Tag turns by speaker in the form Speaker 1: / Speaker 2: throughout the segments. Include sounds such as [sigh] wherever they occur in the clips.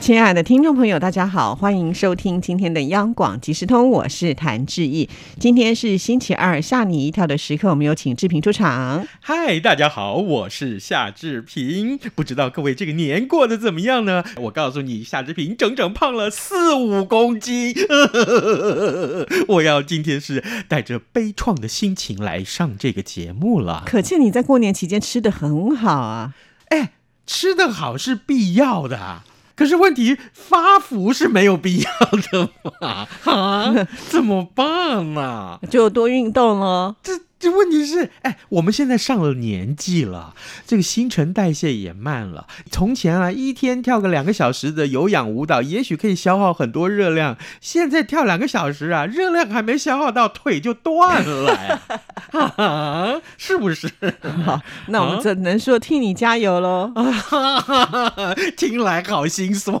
Speaker 1: 亲爱的听众朋友，大家好，欢迎收听今天的央广即时通，我是谭志毅。今天是星期二，吓你一跳的时刻，我们有请志平出场。
Speaker 2: 嗨，大家好，我是夏志平。不知道各位这个年过得怎么样呢？我告诉你，夏志平整整胖了四五公斤。 [laughs] 我要今天是带着悲怆的心情来上这个节目了。
Speaker 1: 可见你在过年期间吃的很好啊。
Speaker 2: 哎，吃得好是必要的啊。可是问题发福是没有必要的嘛？啊， [laughs] 怎么办呢、
Speaker 1: 就多运动喽。
Speaker 2: 这这问题是，哎，我们现在上了年纪了，这个新陈代谢也慢了。从前啊，一天跳个两个小时的有氧舞蹈，也许可以消耗很多热量，现在跳两个小时啊，热量还没消耗到，腿就断了呀、啊， [laughs] 是不是？
Speaker 1: 好，那我们只能说替你加油 [laughs] 喽。
Speaker 2: [laughs] 听来好心酸。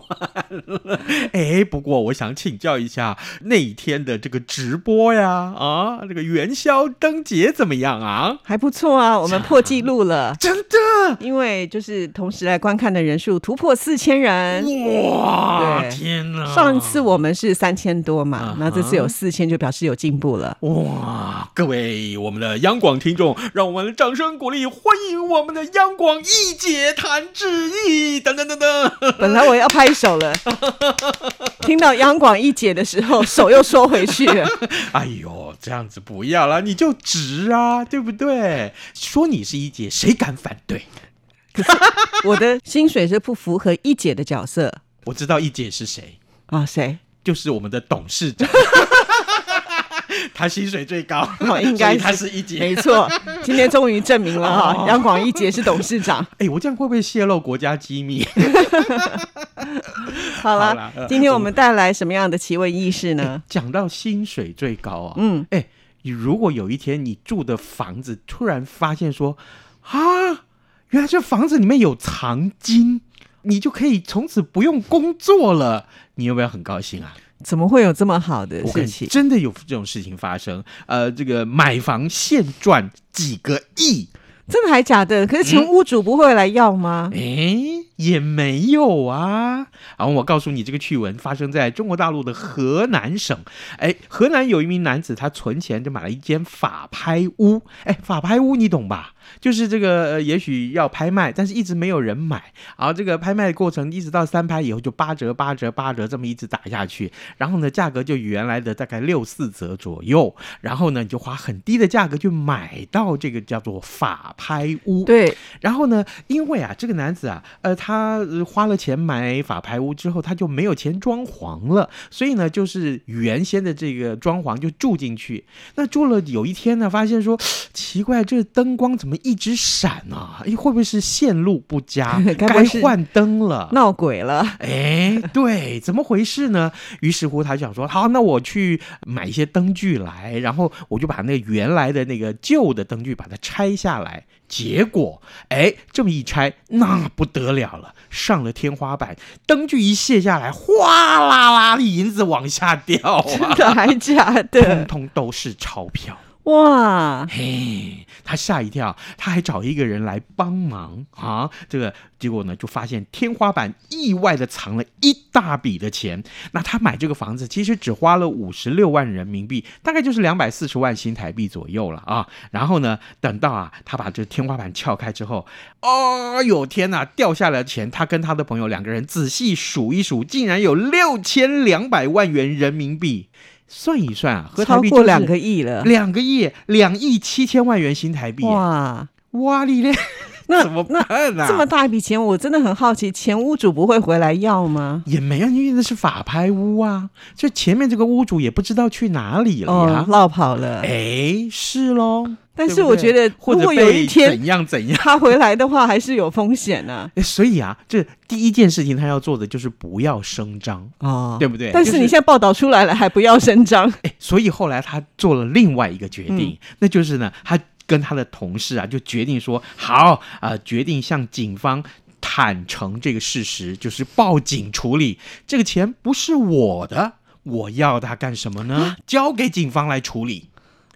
Speaker 2: 哎，不过我想请教一下，那一天的这个直播呀，啊，这个元宵灯节怎么样啊？
Speaker 1: 还不错啊，我们破纪录了。
Speaker 2: 真的？
Speaker 1: 因为就是同时来观看的人数突破四千人，
Speaker 2: 哇！
Speaker 1: 对
Speaker 2: 天哪！
Speaker 1: 上次我们是三千多嘛
Speaker 2: 啊，
Speaker 1: 那这次有四千，就表示有进步了。
Speaker 2: 哇，各位我们的央广听众，让我们掌声鼓励，欢迎我们的央广一姐谭志毅，等等等 [laughs] 等。
Speaker 1: 本来我要拍手
Speaker 2: [laughs]
Speaker 1: 了，听到央广一姐的时候，手又缩回
Speaker 2: [laughs]
Speaker 1: 去了。
Speaker 2: 哎呦，这样子不要了，你就直啊，对不对？说你是一姐，谁敢反对？
Speaker 1: 我的薪水是不符合一姐的角色
Speaker 2: 我知道一姐是谁，
Speaker 1: 啊，谁？
Speaker 2: 就是我们的董事
Speaker 1: [laughs]
Speaker 2: 长，他薪水最高，
Speaker 1: 哦应
Speaker 2: 所以
Speaker 1: 该是哎
Speaker 2: 他是一姐
Speaker 1: 没。错，今天终于证明了
Speaker 2: 哦
Speaker 1: 哈，央广一姐是董
Speaker 2: [laughs]
Speaker 1: 事长。
Speaker 2: 哎，我这样会不会泄露国家机密？ [laughs]
Speaker 1: 好
Speaker 2: 好
Speaker 1: 了
Speaker 2: 啦，呃嗯
Speaker 1: 今天我们带来什么样的奇闻异事呢？
Speaker 2: 讲到薪水最高啊，
Speaker 1: 嗯，
Speaker 2: 哎，你如果有一天你住的房子突然发现说，啊，原来这房子里面有藏金，你就可以从此不用工作了，你有没有很高兴啊？
Speaker 1: 怎么会有这么好的
Speaker 2: 我跟
Speaker 1: 事
Speaker 2: 你
Speaker 1: 情？
Speaker 2: 真的有这种事情发生，呃，这个买房现赚几个亿，
Speaker 1: 真的还假的？可是前屋主不会来要吗？
Speaker 2: 哎，也没有啊。然后我告诉你，这个趣闻发生在中国大陆的河南省。哎，河南有一名男子，他存钱就买了一间法拍屋。哎，法拍屋你懂吧？就是这个，呃、也许要拍卖，但是一直没有人买。然后这个拍卖的过程一直到三拍以后，就八折、八折、八折这么一直打下去。然后呢，价格就原来的大概六四折左右。然后呢，你就花很低的价格去买到这个叫做法拍屋。
Speaker 1: 对，
Speaker 2: 然后呢，因为啊，这个男子啊，呃，他呃花了钱买法拍屋之后，他就没有钱装潢了，所以呢，就是原先的这个装潢就住进去。那住了有一天呢，发现说奇怪，这灯光怎么一直闪啊？哎，会不会是线路不佳
Speaker 1: [laughs] ，该不
Speaker 2: 该
Speaker 1: 会是
Speaker 2: 换灯了？
Speaker 1: 闹鬼了。
Speaker 2: 哎，对，怎么回事呢？于是乎，他想说，好，那我去买一些灯具来，然后我就把那个原来的那个旧的灯具把它拆下来。结果，哎，这么一拆，那不得了了，上了天花板，灯具一卸下来，哗啦啦的银子往下掉
Speaker 1: [laughs] 真
Speaker 2: 啊，
Speaker 1: 的还假
Speaker 2: [laughs] 通
Speaker 1: 的？
Speaker 2: 通都是钞票。
Speaker 1: 哇！
Speaker 2: 嘿，他吓一跳，他还找一个人来帮忙啊。这个结果呢，就发现天花板意外的藏了一大笔的钱。那他买这个房子其实只花了五十六万人民币，大概就是两百四十万新台币左右了啊。然后呢，等到啊，他把这天花板撬开之后，哦呦天哪，掉下来的钱，他跟他的朋友两个人仔细数一数，竟然有六千两百万元人民币。算一算啊，合台
Speaker 1: 超
Speaker 2: 币
Speaker 1: 过
Speaker 2: 就是
Speaker 1: 两个亿了，
Speaker 2: 两个亿，两亿七千万元新台币耶，
Speaker 1: 哇！
Speaker 2: 哇你嘞，
Speaker 1: 那
Speaker 2: [laughs] 怎么办啊呢、
Speaker 1: 这么大一笔钱，我真的很好奇，前屋主不会回来要吗？
Speaker 2: 也没有，因为那是法拍屋啊，就前面这个屋主也不知道去哪里了呀。
Speaker 1: 哦落跑了。
Speaker 2: 哎，是喽，
Speaker 1: 但是
Speaker 2: 对不
Speaker 1: 我
Speaker 2: 对
Speaker 1: 觉得，
Speaker 2: 或
Speaker 1: 如
Speaker 2: 者
Speaker 1: 果有
Speaker 2: 被
Speaker 1: 一天
Speaker 2: [laughs] 怎样怎样。
Speaker 1: 他回来的话，还是有风险呢、
Speaker 2: 哎所以啊，这第一件事情他要做的就是不要声张，
Speaker 1: 哦，
Speaker 2: 对不对？
Speaker 1: 但
Speaker 2: 就是
Speaker 1: 你现在报道出来了，还不要声张，
Speaker 2: 哎，所以后来他做了另外一个决定，那就是呢，他跟他的同事啊，就决定说，好啊、呃决定向警方。坦诚这个事实，就是报警处理。这个钱不是我的，我要它干什么呢？交给警方来处理。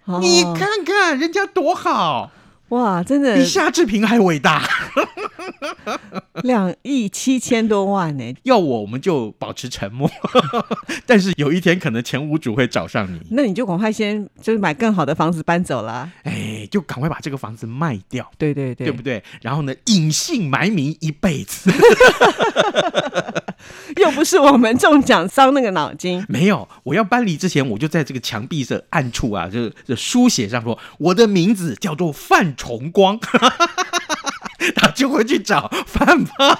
Speaker 1: 哦
Speaker 2: [laughs] 你看看人家多好，
Speaker 1: 哇，真的
Speaker 2: 比夏志平还伟大。 [laughs]
Speaker 1: 两亿七千多万呢、
Speaker 2: 要我我们就保持沉默， [laughs] 但是有一天可能前屋主会找上你。
Speaker 1: 那你就赶快先就是买更好的房子搬走啦。
Speaker 2: 哎，就赶快把这个房子卖掉，
Speaker 1: 对对对，
Speaker 2: 对不对？然后呢，隐姓埋名一辈子， [laughs]
Speaker 1: 又不是我们中奖伤那个脑筋。
Speaker 2: 没有。我要搬离之前，我就在这个墙壁的暗处啊，就是这书写上说我的名字叫做范崇光。 [laughs] 他就会去找范 [laughs] 胖，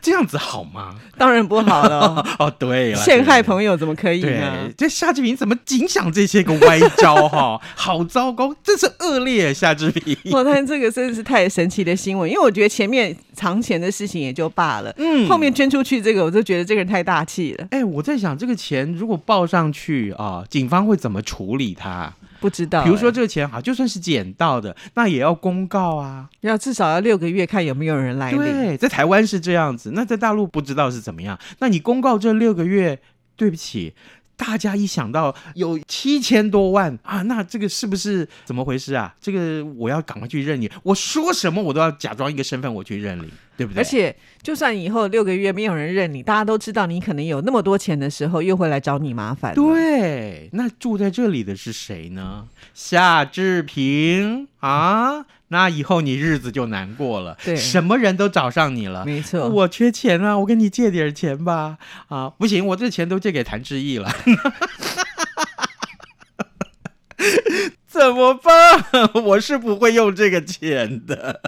Speaker 2: 这样子好吗？
Speaker 1: 当然不好了，
Speaker 2: 哦， [laughs] 对了，
Speaker 1: 陷害
Speaker 2: 对
Speaker 1: 朋友怎么可以呢
Speaker 2: 对，？这夏志平怎么尽想这些个歪招哈？好糟糕，真是恶劣，夏志平。
Speaker 1: [laughs] 哇，但这个真的是太神奇的新闻，因为我觉得前面藏钱的事情也就罢了，嗯，后面捐出去这个，我就觉得这个人太大气了，
Speaker 2: 哎，我在想这个钱如果报上去啊、警方会怎么处理它？
Speaker 1: 不知道、
Speaker 2: 比如说
Speaker 1: 哎，
Speaker 2: 这个钱好，就算是捡到的，那也要公告啊。
Speaker 1: 要至少要六个月看有没有人来领，
Speaker 2: 对，在台湾是这样子，那在大陆不知道是怎么样。那你公告这六个月，对不起。大家一想到有七千多万啊，那这个是不是怎么回事啊？这个我要赶快去认领，我说什么我都要假装一个身份我去认领，对不对？
Speaker 1: 而且就算以后六个月没有人认你，大家都知道你可能有那么多钱的时候，又会来找你麻烦，，
Speaker 2: 对，那住在这里的是谁呢？夏志平啊，那以后你日子就难过了。
Speaker 1: 对
Speaker 2: 什么人都找上你了。
Speaker 1: 没错，
Speaker 2: 我缺钱啊，我跟你借点钱吧。啊，不行，我这钱都借给谭志毅了。 [laughs] 怎么办？ [laughs] 我是不会用这个钱的。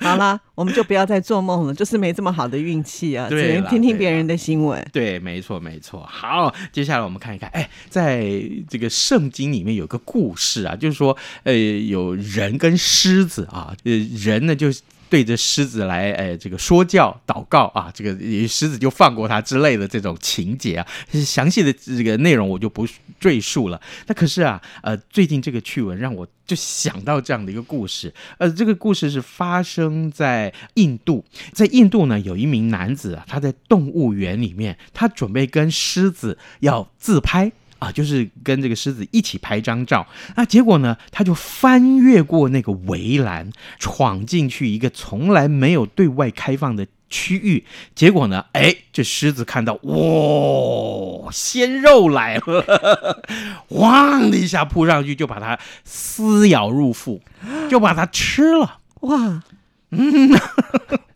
Speaker 1: 好啦，我们就不要再做梦了，就是没这么好的运气啊，
Speaker 2: 对
Speaker 1: 只能
Speaker 2: 啦
Speaker 1: 听
Speaker 2: 对
Speaker 1: 听
Speaker 2: 啦
Speaker 1: 别人的新闻。
Speaker 2: 对，没错，没错。好，接下来我们看一看，哎，在这个圣经里面有个故事啊，就是说，呃，有人跟狮子啊，呃，人呢就。对着狮子来，哎，这个说教、祷告啊，这个也狮子就放过他之类的这种情节啊，详细的这个内容我就不赘述了。那可是啊，呃，最近这个趣闻让我就想到这样的一个故事，呃，这个故事是发生在印度，在印度呢，有一名男子啊，他在动物园里面，他准备跟狮子要自拍。啊，就是跟这个狮子一起拍张照，那结果呢，他就翻越过那个围栏，闯进去一个从来没有对外开放的区域，结果呢，哎，这狮子看到，哇，鲜肉来了， [laughs] 咣的一下扑上去，就把它撕咬入腹，就把它吃了，
Speaker 1: 哇，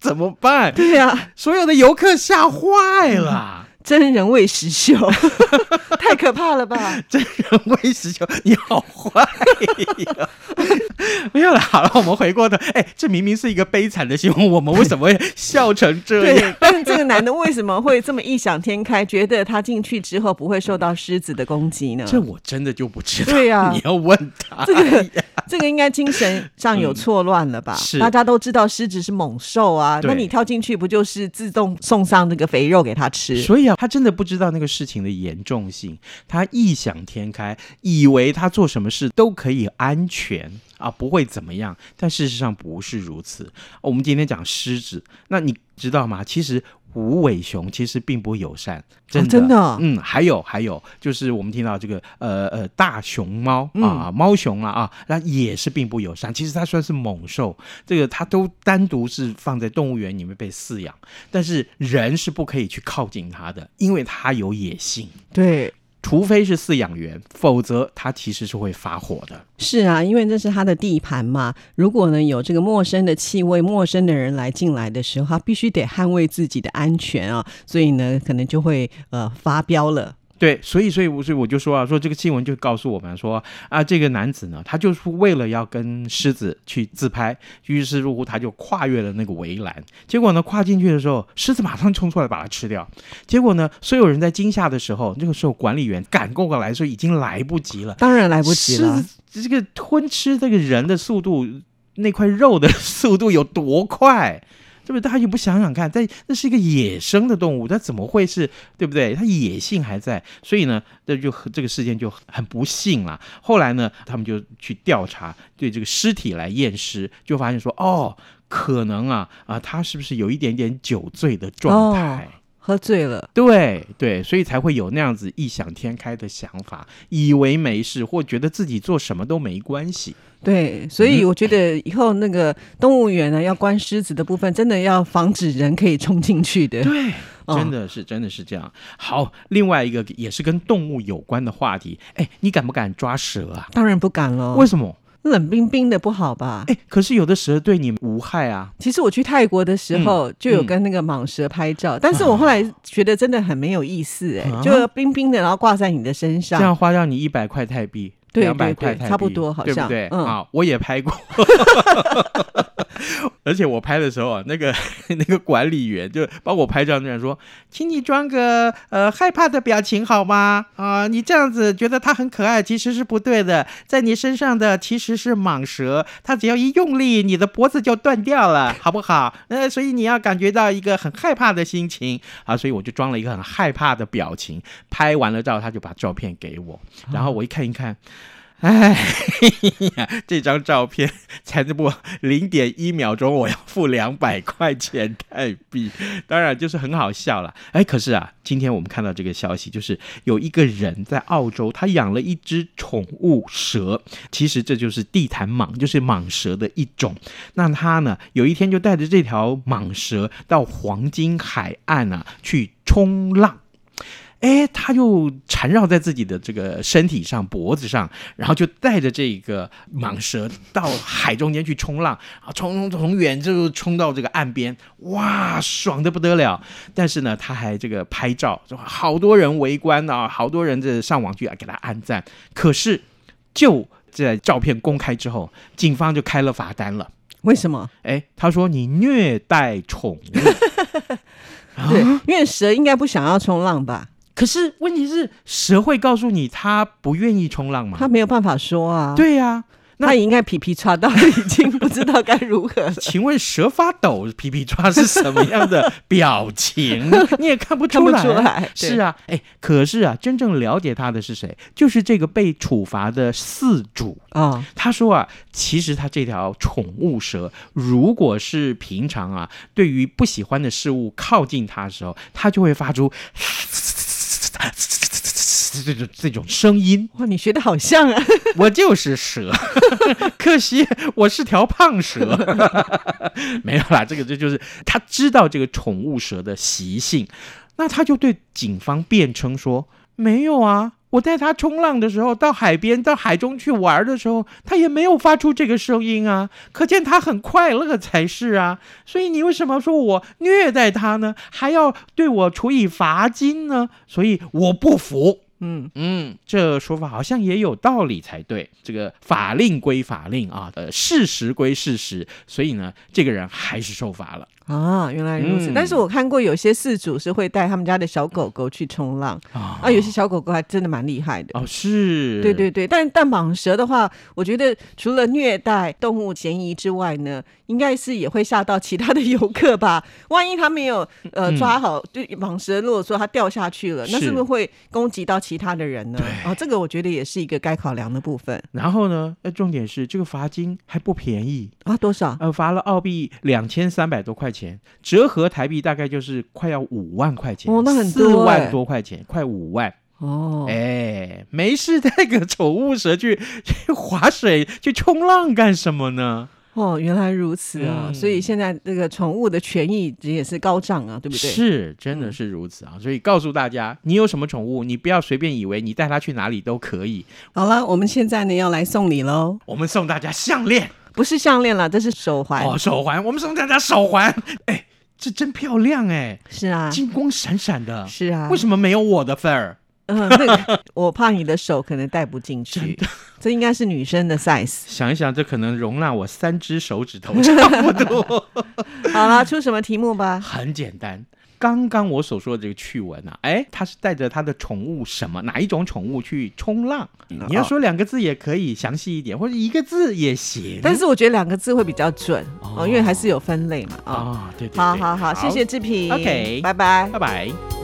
Speaker 2: 怎么办？
Speaker 1: 对呀、啊，
Speaker 2: 所有的游客吓坏了。
Speaker 1: 真人未实秀， [laughs] 太可怕了吧？
Speaker 2: 真人喂食球，你好坏呀！ [laughs] 没有了，好了，我们回过头，哎，这明明是一个悲惨的新闻，我们为什么会笑成这样？
Speaker 1: 对，但是这个男的为什么会这么异想天开，觉得他进去之后不会受到狮子的攻击呢？
Speaker 2: 这我真的就不知道。
Speaker 1: 对呀
Speaker 2: 你要问他。
Speaker 1: 这个这个应该精神上有错乱了吧？
Speaker 2: 嗯是
Speaker 1: 大家都知道狮子是猛兽啊，
Speaker 2: 对
Speaker 1: 那你跳进去不就是自动送上那个肥肉给他吃？
Speaker 2: 所以啊，他真的不知道那个事情的严重性，他异想天开，以为他做什么事都可以安全啊，不会怎么样。但事实上不是如此。哦我们今天讲狮子，那你知道吗？其实无尾熊其实并不友善，真的，
Speaker 1: 真的哦
Speaker 2: 嗯，还有还有，就是我们听到这个呃呃大熊猫啊，猫熊啦啊，那也是并不友善。其实它算是猛兽，这个它都单独是放在动物园里面被饲养，但是人是不可以去靠近它的，因为它有野性。
Speaker 1: 对，
Speaker 2: 除非是饲养员，否则它其实是会发火的。
Speaker 1: 是啊，因为这是他的地盘嘛。如果呢有这个陌生的气味、陌生的人来进来的时候，他必须得捍卫自己的安全啊，所以呢可能就会呃发飙了。
Speaker 2: 对，所以所以我所以我就说啊，说这个新闻就告诉我们说啊，这个男子呢，他就是为了要跟狮子去自拍，于是乎他就跨越了那个围栏，结果呢，跨进去的时候，狮子马上冲出来把它吃掉。结果呢，所有人在惊吓的时候，那个时候管理员赶过来说已经来不及了，
Speaker 1: 当然来不及了
Speaker 2: 狮。子这个吞吃这个人的速度，那块肉的速度有多快？对不对？大家也不想想看，但那是一个野生的动物，它怎么会是对不对？它野性还在，所以呢，这就这个事件就很不幸了。后来呢，他们就去调查，对这个尸体来验尸，就发现说，哦，可能啊啊，他是不是有一点点酒醉的状
Speaker 1: 哦
Speaker 2: 态？
Speaker 1: 喝醉了，
Speaker 2: 对对，所以才会有那样子异想天开的想法，以为没事，或觉得自己做什么都没关系。
Speaker 1: 对，
Speaker 2: 嗯
Speaker 1: 所以我觉得以后那个动物园呢，要关狮子的部分，真的要防止人可以冲进去的。
Speaker 2: 对，嗯
Speaker 1: 哦
Speaker 2: 真的是真的是这样。好，另外一个也是跟动物有关的话题，哎，你敢不敢抓蛇啊？
Speaker 1: 当然不敢了，
Speaker 2: 为什么？
Speaker 1: 冷冰冰的不好吧？
Speaker 2: 哎，可是有的蛇对你无害啊。
Speaker 1: 其实我去泰国的
Speaker 2: 嗯
Speaker 1: 时候就有跟那个蟒蛇拍照，但是我后来觉得真的很没有意思、哎、
Speaker 2: 啊
Speaker 1: 就冰冰的，然后挂在你的身
Speaker 2: 这
Speaker 1: 上，
Speaker 2: 样花掉你一百块泰币，
Speaker 1: 对
Speaker 2: 两百
Speaker 1: 对对
Speaker 2: 块泰币，
Speaker 1: 差不多好
Speaker 2: 对
Speaker 1: 像
Speaker 2: 不对？
Speaker 1: 嗯
Speaker 2: 啊，我也拍过。 [laughs] 而且我拍的时候啊，那个那个管理员就帮我拍照，那样说：“请你装个呃害怕的表情好吗？啊、你这样子觉得它很可爱，其实是不对的。在你身上的其实是蟒蛇，它只要一用力，你的脖子就断掉了，好不好？呃，所以你要感觉到一个很害怕的心情啊。所以我就装了一个很害怕的表情，拍完了照，他就把照片给我，然后我一看一看。哎呀，这张照片才那么零点一秒钟，我要付两百块钱泰币，当然就是很好笑了。 [laughs] 哎，可是啊，今天我们看到这个消息，就是有一个人在澳洲，他养了一只宠物蛇，其实这就是地毯蟒，就是蟒蛇的一种。那他呢，有一天就带着这条蟒蛇到黄金海岸啊去冲浪。哎，他就缠绕在自己的这个身体上、脖子上，然后就带着这个蟒蛇到海中间去冲浪，啊，冲冲从远就冲到这个岸边，哇，爽的不得了。但是呢，他还这个拍照，说好多人围观啊，好多人这上网去啊给他按赞。可是就在照片公开之后，警方就开了罚单了。
Speaker 1: 为什么？
Speaker 2: 哎，他说你虐待宠物，啊
Speaker 1: 对，因为蛇应该不想要冲浪吧？
Speaker 2: 可是问题是蛇会告诉你它不愿意冲浪吗
Speaker 1: 它？没有办法说啊。，
Speaker 2: 对呀、那
Speaker 1: 它也应该皮皮叉到 [laughs] 已经不知道该如何
Speaker 2: [laughs]
Speaker 1: 了，
Speaker 2: 请问蛇发抖、皮皮抓是什么样的表情？ [laughs] 你也看不
Speaker 1: 看
Speaker 2: 出
Speaker 1: 不
Speaker 2: 来。
Speaker 1: 出来。对
Speaker 2: 是，啊，哎，可是啊，真正了解他的是谁？就是这个被处罚的饲主。
Speaker 1: 哦，
Speaker 2: 他说啊，其实他这条宠物蛇，如果是平常啊，对于不喜欢的事物靠近它的时候，它就会发出 [laughs] 这种这种声音。
Speaker 1: 哇，你学的好像啊。
Speaker 2: 我就是蛇， [laughs] 可惜我是条胖蛇。 [laughs] 没有啦，这个这就是他知道这个宠物蛇的习性，那他就对警方辩称说：“没有啊，我带它冲浪的时候，到海边、到海中去玩的时候，它也没有发出这个声音啊，可见它很快乐才是啊。所以你为什么说我虐待它呢？还要对我处以罚金呢？所以我不服。”
Speaker 1: 嗯，
Speaker 2: 嗯，这说法好像也有道理才对。这个法令归法令啊，呃，事实归事实，所以呢，这个人还是受罚了
Speaker 1: 啊，原来如此。
Speaker 2: 嗯
Speaker 1: 但是我看过有些饲主是会带他们家的小狗狗去冲浪
Speaker 2: 啊
Speaker 1: 啊，有些小狗狗还真的蛮厉害的。
Speaker 2: 哦，是，
Speaker 1: 对对对，但但蟒蛇的话，我觉得除了虐待动物嫌疑之外呢，应该是也会吓到其他的游客吧。万一他没有呃
Speaker 2: 嗯
Speaker 1: 抓好，就蟒蛇如果说它掉下去了，那
Speaker 2: 是
Speaker 1: 是不是会攻击到其他的人呢？哦，这个我觉得也是一个该考量的部分
Speaker 2: 然后呢，呃，重点是这个罚金还不便宜，
Speaker 1: 啊。多少？
Speaker 2: 呃，罚了澳币两千三百多块钱，折合台币大概就是快要五万块钱，
Speaker 1: 哦那很
Speaker 2: 四
Speaker 1: 多哎
Speaker 2: 万多块钱，快五万。
Speaker 1: 哦，
Speaker 2: 哎，没事带个 [laughs] 宠物蛇去去划水、去冲浪干什么呢？
Speaker 1: 哦，原来如此啊！
Speaker 2: 嗯
Speaker 1: 所以现在这个宠物的权益也是高涨啊，对不对？
Speaker 2: 是，真
Speaker 1: 嗯
Speaker 2: 的是如此啊！所以告诉大家，你有什么宠物，你不要随便以为你带它去哪里都可以。
Speaker 1: 好了，我们现在呢要来送礼喽，
Speaker 2: 我们送大家项链
Speaker 1: 不是项链啦，这是手环。
Speaker 2: 哦，手环，我们送大家手环。哎，这真漂亮哎，
Speaker 1: 是啊，
Speaker 2: 金光闪闪的。
Speaker 1: 是啊。
Speaker 2: 为什么没有我的份儿？
Speaker 1: 嗯，那个我怕你的手可能戴不进去，这应该是女生
Speaker 2: [laughs]
Speaker 1: 的 size。
Speaker 2: 想一想，这可能容纳我三只手指头差不多。 [laughs]
Speaker 1: 好啦，出什么题目吧？
Speaker 2: 很简单。刚刚我所说的这个趣闻啊，哎，他是带着他的宠物什么哪一种宠物去冲浪？
Speaker 1: 嗯
Speaker 2: 你
Speaker 1: 哦
Speaker 2: 要说两个字也可以，详细一点，或者一个字也行。
Speaker 1: 但是我觉得两个字会比较准哦
Speaker 2: 哦
Speaker 1: 因为还是有分类嘛啊、
Speaker 2: 啊、对对对，
Speaker 1: 好好好，谢谢志平
Speaker 2: OK
Speaker 1: 拜拜
Speaker 2: 拜。拜。